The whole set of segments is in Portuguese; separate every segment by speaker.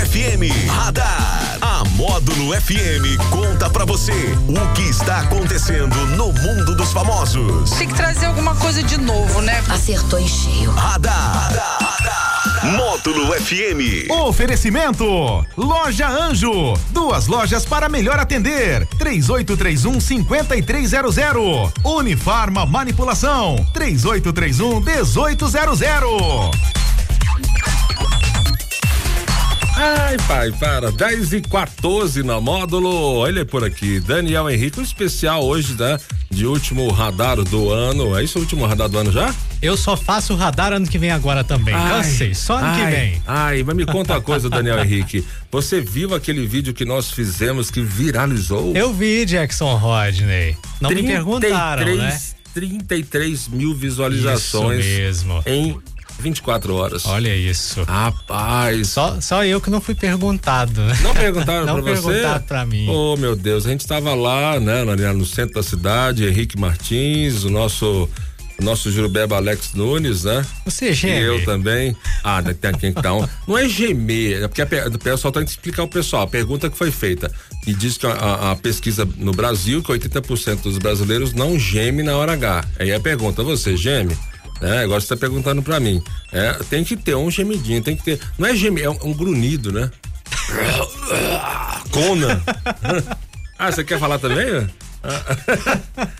Speaker 1: FM Radar. A Módulo FM conta pra você o que está acontecendo no mundo dos famosos.
Speaker 2: Tem que trazer alguma coisa de novo, né?
Speaker 3: Acertou em cheio.
Speaker 1: Radar. Módulo FM.
Speaker 4: Oferecimento: Loja Anjo. Duas lojas para melhor atender. 3831 5300. Unifarma Manipulação. 3831 1800.
Speaker 5: Ai, pai, para. 10 e 14 na módulo. Olha por aqui. Daniel Henrique, um especial hoje, né? De último radar do ano. É isso o último radar do ano já?
Speaker 6: Eu só faço radar ano que vem agora também.
Speaker 5: Ai,
Speaker 6: Cansei, só ano
Speaker 5: ai,
Speaker 6: que vem.
Speaker 5: Ai, mas me conta uma coisa, Daniel Henrique. Você viu aquele vídeo que nós fizemos que viralizou?
Speaker 6: Eu vi Jackson Rodney. Não me perguntaram, né?
Speaker 5: 33 mil visualizações
Speaker 6: Isso mesmo.
Speaker 5: em 24 horas.
Speaker 6: Olha isso.
Speaker 5: Rapaz,
Speaker 6: Só, só eu que não fui perguntado, né?
Speaker 5: Não perguntaram
Speaker 6: Não
Speaker 5: pra você?
Speaker 6: perguntaram pra mim.
Speaker 5: Oh, meu Deus, a gente tava lá, né, na- no centro da cidade, Henrique Martins, o nosso o nosso Jurubeba Alex Nunes, né?
Speaker 6: Você é
Speaker 5: E
Speaker 7: é
Speaker 6: geme.
Speaker 5: eu também. Ah, né, tem aqui então. Não é gemer, é porque a pe- o pessoal tem que explicar o pessoal. A pergunta que foi feita. E diz que a, a- a pesquisa no Brasil, que 80% dos brasileiros não geme na hora H. Aí a pergunta, você geme? É, agora você tá perguntando pra mim. É, tem que ter um gemidinho, tem que ter. Não é gemer, é um, um grunhido, né? Conan. ah, você quer falar também?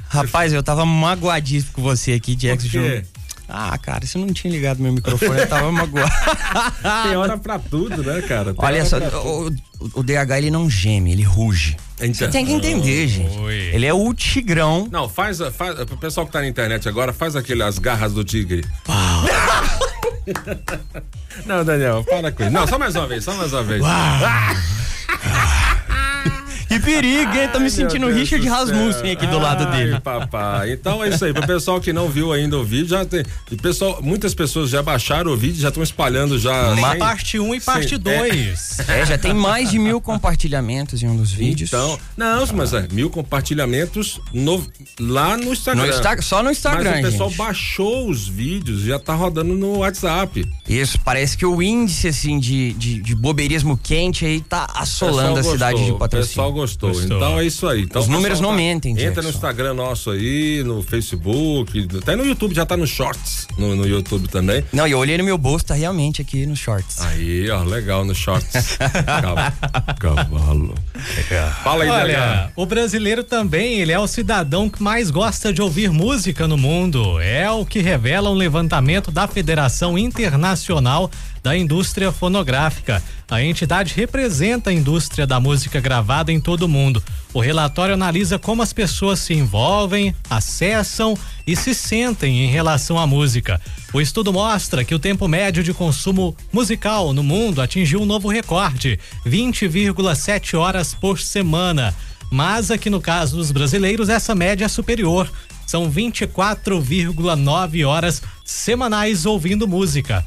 Speaker 7: Rapaz, eu tava magoadíssimo com você aqui, Jackson.
Speaker 5: Por quê?
Speaker 7: Júnior. Ah, cara, você não tinha ligado meu microfone, eu tava magoado.
Speaker 5: Tem hora pra tudo, né, cara? Tem
Speaker 7: Ah, Olha
Speaker 5: hora
Speaker 7: só,
Speaker 5: pra-
Speaker 7: o, o- o DH ele não geme, ele ruge.
Speaker 5: Então.
Speaker 7: Você tem que entender, gente.
Speaker 6: Ui.
Speaker 7: Ele é o tigrão.
Speaker 5: Não, faz, a- faz. Pro pessoal que tá na internet agora, faz aquele as garras do tigre. Não, Daniel, para com isso. Não, só mais uma vez, só mais uma vez.
Speaker 7: Que perigo, hein? Tô me
Speaker 5: Ai,
Speaker 7: sentindo
Speaker 5: meu
Speaker 7: o
Speaker 5: Deus
Speaker 7: Richard
Speaker 5: do céu.
Speaker 7: Rasmussen aqui do lado
Speaker 5: Ai,
Speaker 7: dele.
Speaker 5: papai. Então é isso aí. Pro pessoal que não viu ainda o vídeo, já tem. e pessoal, muitas pessoas já baixaram o vídeo, já estão espalhando já.
Speaker 6: Tem
Speaker 5: sem-
Speaker 6: parte 1 um e
Speaker 5: Sim,
Speaker 6: parte
Speaker 5: é.
Speaker 6: 2.
Speaker 7: É, já tem mais de mil compartilhamentos em um dos vídeos. Ah.
Speaker 5: Então, não, mas é, mil compartilhamentos no- lá no Instagram.
Speaker 7: No Insta- só no Instagram,
Speaker 5: Mas o pessoal
Speaker 7: gente.
Speaker 5: baixou os vídeos, já tá rodando no WhatsApp.
Speaker 7: Isso, parece que o índice, assim, de, de, de bobeirismo quente aí tá assolando a
Speaker 5: Pessoal
Speaker 7: cidade
Speaker 5: gostou,
Speaker 7: de
Speaker 5: O pessoal
Speaker 7: patrocínio.
Speaker 5: gostou.
Speaker 6: Gostou.
Speaker 5: Então é isso aí. Então,
Speaker 7: Os
Speaker 5: o
Speaker 7: números
Speaker 5: pessoal
Speaker 7: não mentem,
Speaker 5: Entra
Speaker 7: Jackson.
Speaker 5: no Instagram nosso aí, no Facebook, até no YouTube, já tá no Shorts, no, no YouTube também.
Speaker 7: Não, e eu olhei no meu bolso, tá realmente aqui nos shorts.
Speaker 5: Aí, ó, legal no Shorts. Cav- Cavalo. Fala aí, Daniel.
Speaker 6: Olha, o brasileiro também, ele é o cidadão que mais gosta de ouvir música no mundo. É o que revela um levantamento da Federação Internacional da Indústria Fonográfica. A entidade representa a indústria da música gravada em todo o mundo. O relatório analisa como as pessoas se envolvem, acessam e se sentem em relação à música. O estudo mostra que o tempo médio de consumo musical no mundo atingiu um novo recorde, 20,7 horas por semana. Mas aqui no caso dos brasileiros, essa média é superior. São 24,9 horas semanais ouvindo música.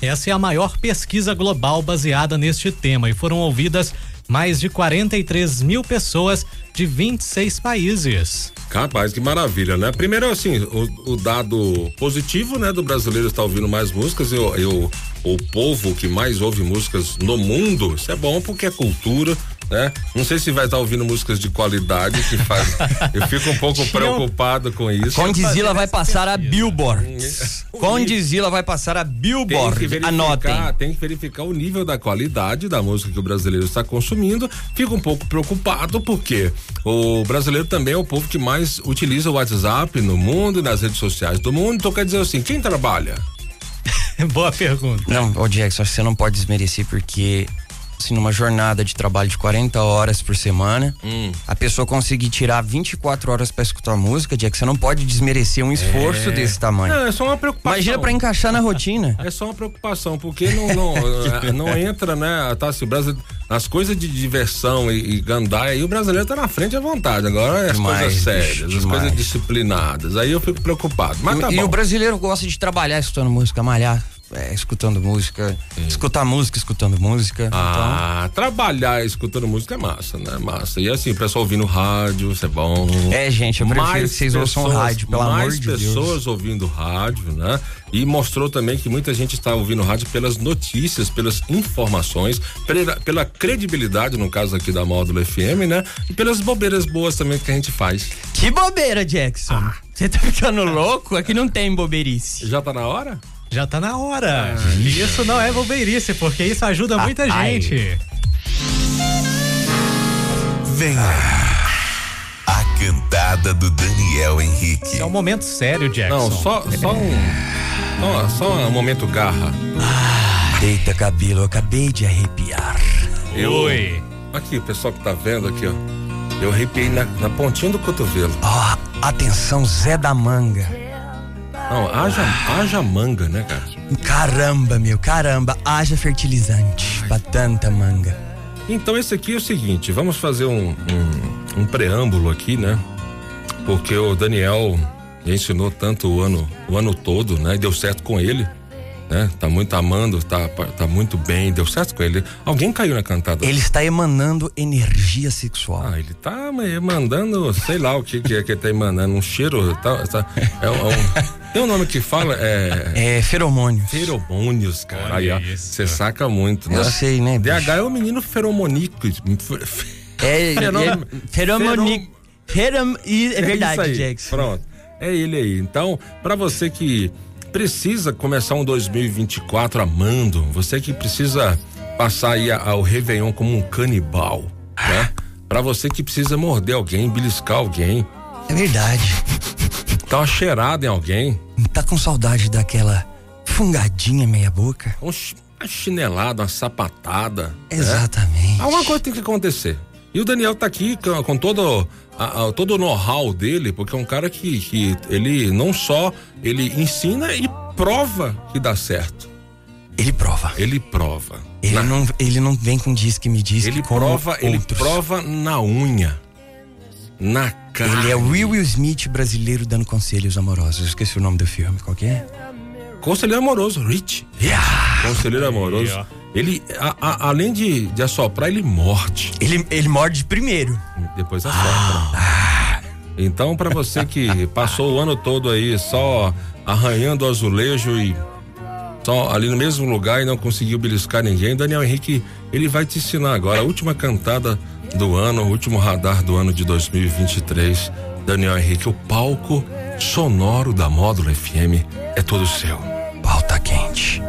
Speaker 6: Essa é a maior pesquisa global baseada neste tema e foram ouvidas mais de 43 mil pessoas de 26 países.
Speaker 5: Capaz, que maravilha, né? Primeiro, assim, o, o dado positivo, né, do brasileiro estar ouvindo mais músicas, eu, eu- o povo que mais ouve músicas no mundo, isso é bom porque é cultura, né? Não sei se vai estar ouvindo músicas de qualidade que faz, eu fico um pouco preocupado com isso.
Speaker 7: Condizila vai passar a Billboard. Condizila vai passar a
Speaker 5: Hum. Tem que
Speaker 7: Billboard.
Speaker 5: verificar-
Speaker 7: Anotem.
Speaker 5: Tem que verificar o nível da qualidade da música que o brasileiro está consumindo. Fico um pouco preocupado porque o brasileiro também é o povo que mais utiliza o WhatsApp no mundo e nas redes sociais do mundo. Então quer dizer assim, quem trabalha?
Speaker 6: Boa pergunta.
Speaker 7: Não, ô Jackson, acho que você não pode desmerecer porque assim, numa jornada de trabalho de 40 horas por semana,
Speaker 5: Hum.
Speaker 7: a pessoa conseguir tirar 24 horas pra escutar música, Jackson, você não pode desmerecer um esforço desse tamanho.
Speaker 5: Não, é só uma preocupação.
Speaker 7: Imagina pra encaixar na rotina.
Speaker 5: É só uma preocupação, porque não, não, não entra, né? Tá, assim, o Brasil, as coisas de diversão e, e gandaia, aí o brasileiro tá na frente à vontade. Agora é as
Speaker 7: Demais,
Speaker 5: coisas
Speaker 7: bicho,
Speaker 5: sérias, as
Speaker 7: demais.
Speaker 5: coisas disciplinadas. Aí eu fico preocupado. Mas tá
Speaker 7: E, e
Speaker 5: bom.
Speaker 7: o brasileiro gosta de trabalhar escutando música, malhar. é, escutando música, escutar música, escutando música. Então,
Speaker 5: Ah, trabalhar escutando música é massa, né? Massa. E assim, o pessoal ouvindo rádio, isso é bom.
Speaker 7: É, gente, eu prefiro que vocês ouçam rádio, pelo
Speaker 5: mais
Speaker 7: amor de Deus.
Speaker 5: pessoas ouvindo rádio, né? E mostrou também que muita gente está ouvindo rádio pelas notícias, pelas informações, pela, pela credibilidade, no caso aqui da Módulo FM, né? E pelas bobeiras boas também que a gente faz.
Speaker 3: Que bobeira, Jackson.
Speaker 5: Ah.
Speaker 3: Você tá ficando louco? Aqui não tem bobeirice.
Speaker 5: Já tá na hora?
Speaker 6: Já tá na hora. E isso não é bobeirice, porque isso ajuda muita gente.
Speaker 1: Venha. A cantada do Daniel Henrique.
Speaker 6: É um momento sério, Jackson.
Speaker 5: Não, só, só um. Só, só um momento garra.
Speaker 7: deita cabelo, eu acabei de arrepiar.
Speaker 5: Eu-
Speaker 6: Oi.
Speaker 5: Aqui, o pessoal que tá vendo aqui, ó. Eu arrepiei na, na pontinha do cotovelo.
Speaker 7: Ó, atenção, Zé da Manga.
Speaker 5: Não, haja, haja manga, né, cara?
Speaker 7: Caramba, meu, caramba, haja fertilizante pra tanta manga.
Speaker 5: Então esse aqui é o seguinte, vamos fazer um, um, um preâmbulo aqui, né? Porque o Daniel ensinou tanto o ano, o ano todo, né? E deu certo com ele, né? Tá muito amando, tá, tá muito bem, deu certo com ele. Alguém caiu na cantada.
Speaker 7: Ele está emanando energia sexual.
Speaker 5: Ah, ele tá me- mandando, sei lá o que que é que ele tá emanando, um cheiro, tá, tá- é, um- é um, tem um nome que fala, é...
Speaker 7: É, feromônio.
Speaker 5: Feromônios, cara. Aí,
Speaker 6: Olha
Speaker 5: ó,
Speaker 6: isso.
Speaker 5: você saca muito, né?
Speaker 7: Eu sei, né, bicho?
Speaker 5: DH é o menino feromonico. fe-
Speaker 3: É,
Speaker 5: Fenômeno-
Speaker 3: é feromoni- ferom- e- É
Speaker 5: isso
Speaker 3: verdade,
Speaker 5: aí.
Speaker 3: Jackson.
Speaker 5: Pronto. É ele aí. Então, pra você que precisa começar um 2024 amando, você que precisa passar aí a- ao Réveillon como um canibal, né? Pra você que precisa morder alguém, beliscar alguém,
Speaker 7: É verdade.
Speaker 5: dar uma cheirada em alguém,
Speaker 7: Tá com saudade daquela fungadinha meia boca?
Speaker 5: um ch- uma chinelada, uma sapatada. né?
Speaker 7: É. Exatamente.
Speaker 5: Alguma coisa tem que acontecer. E o Daniel tá aqui com, com todo, a- a- todo o know-how dele, porque é um cara que, que ele não só ele ensina e prova que dá certo.
Speaker 7: Ele prova.
Speaker 5: Ele prova.
Speaker 7: Ele
Speaker 5: Na-
Speaker 7: não, ele não vem com diz que me diz
Speaker 5: ele
Speaker 7: que como
Speaker 5: prova, ele
Speaker 7: outros.
Speaker 5: prova na unha. Na cara.
Speaker 7: Ele é o Will Smith brasileiro dando conselhos amorosos. Eu esqueci o nome do filme, qual que é?
Speaker 5: Conselheiro amoroso, Rich.
Speaker 7: Ah,
Speaker 5: Conselheiro amoroso.
Speaker 6: ó.
Speaker 5: Ele, a- a- além de, de assoprar, ele morde.
Speaker 7: Ele, ele morde primeiro.
Speaker 5: Depois assopra. Então, pra você que passou o ano todo aí só arranhando o azulejo e só ali no mesmo lugar e não conseguiu beliscar ninguém, Daniel Henrique, ele vai te ensinar agora a última cantada do ano, o último radar do ano de 2023. Daniel Henrique, o palco sonoro da Módulo FM é todo seu.
Speaker 7: Pauta quente.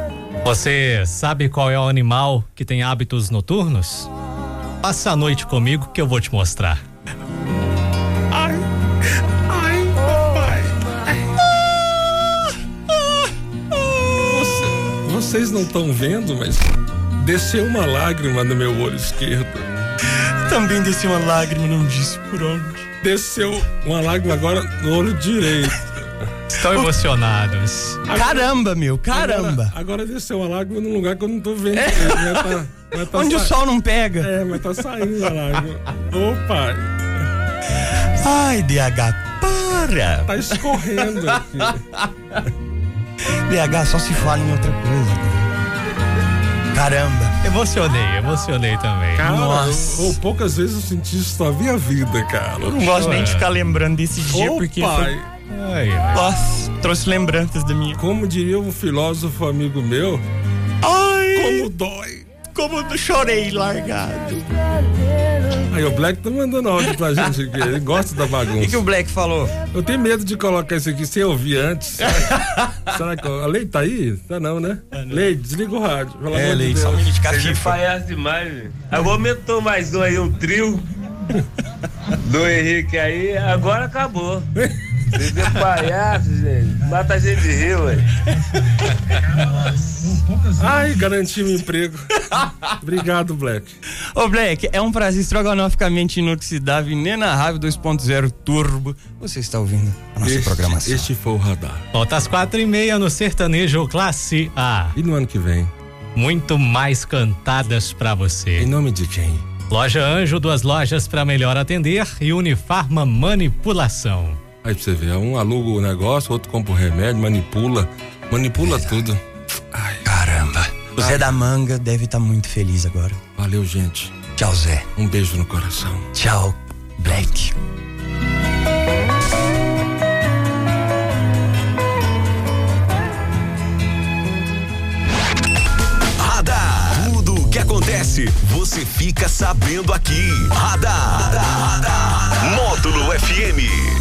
Speaker 6: Você sabe qual é o animal que tem hábitos noturnos? Passa a noite comigo que eu vou te mostrar.
Speaker 5: Vocês não estão vendo, mas desceu uma lágrima no meu olho esquerdo.
Speaker 7: Também desci uma lágrima, não disse por onde.
Speaker 5: Desceu uma lágrima agora no olho direito.
Speaker 6: Estão emocionados.
Speaker 7: Caramba, meu, caramba.
Speaker 5: Agora, agora desceu uma lágrima num lugar que eu não tô vendo.
Speaker 3: É.
Speaker 5: Mas tá- mas tá
Speaker 7: Onde o
Speaker 5: sa-
Speaker 7: sol não pega.
Speaker 5: É, mas tá saindo a lágrima. Opa,
Speaker 7: É. Ai, DH, para.
Speaker 5: tá escorrendo aqui.
Speaker 7: DH só se fala em outra coisa. cara. Caramba.
Speaker 6: Emocionei, emocionei também.
Speaker 5: Cara,
Speaker 7: Nossa.
Speaker 5: Eu, eu poucas vezes eu senti isso na minha vida, cara.
Speaker 3: Não gosto nem
Speaker 5: é.
Speaker 3: de ficar lembrando desse dia,
Speaker 5: Ô,
Speaker 3: porque
Speaker 5: pai,
Speaker 3: foi-
Speaker 6: Ai, ai.
Speaker 3: Nossa, trouxe lembranças da minha.
Speaker 5: como diria um filósofo amigo meu,
Speaker 3: Ai,
Speaker 5: como dói.
Speaker 3: como, eu chorei largado.
Speaker 5: Aí o Black tá mandando áudio pra gente aqui, ele gosta da
Speaker 7: O que, que
Speaker 5: bagunça.
Speaker 7: o Black falou?
Speaker 5: Eu tenho medo de colocar isso aqui sem ouvir antes. Será que a Leite tá aí? Tá não, né? Leite, desliga o rádio. Pelo
Speaker 7: É,
Speaker 5: amor de Deus.
Speaker 7: de
Speaker 8: Vocês falharam demais, velho. Agora aumentou mais um aí, um trio do Henrique aí, agora acabou. Vocês é palhaço, gente. Mata a gente de rir, velho.
Speaker 5: Ai, garanti meu emprego. Obrigado, Black.
Speaker 3: Ô, Black, é um prazer estrogonoficamente inoxidável, Nena Rave 2.0 Turbo.
Speaker 7: Você está ouvindo a nossa programação.
Speaker 5: este foi o radar.
Speaker 6: Volta às quatro e meia no Sertanejo Classe A.
Speaker 5: E no ano que vem?
Speaker 6: Muito mais cantadas pra
Speaker 5: Em
Speaker 6: você.
Speaker 5: nome de quem?
Speaker 6: Loja Anjo, duas lojas pra melhor atender e Unifarma Manipulação.
Speaker 5: Aí pra você ver, um aluga o negócio, outro compra o remédio, manipula. Manipula tudo. Ai.
Speaker 7: O Zé da Manga deve
Speaker 3: tá
Speaker 7: estar muito feliz agora.
Speaker 5: Valeu, gente.
Speaker 7: Tchau, Zé.
Speaker 5: Um beijo no coração.
Speaker 7: Tchau, Black.
Speaker 1: Radar. Tudo o que acontece, você fica sabendo aqui. Radar. Módulo FM.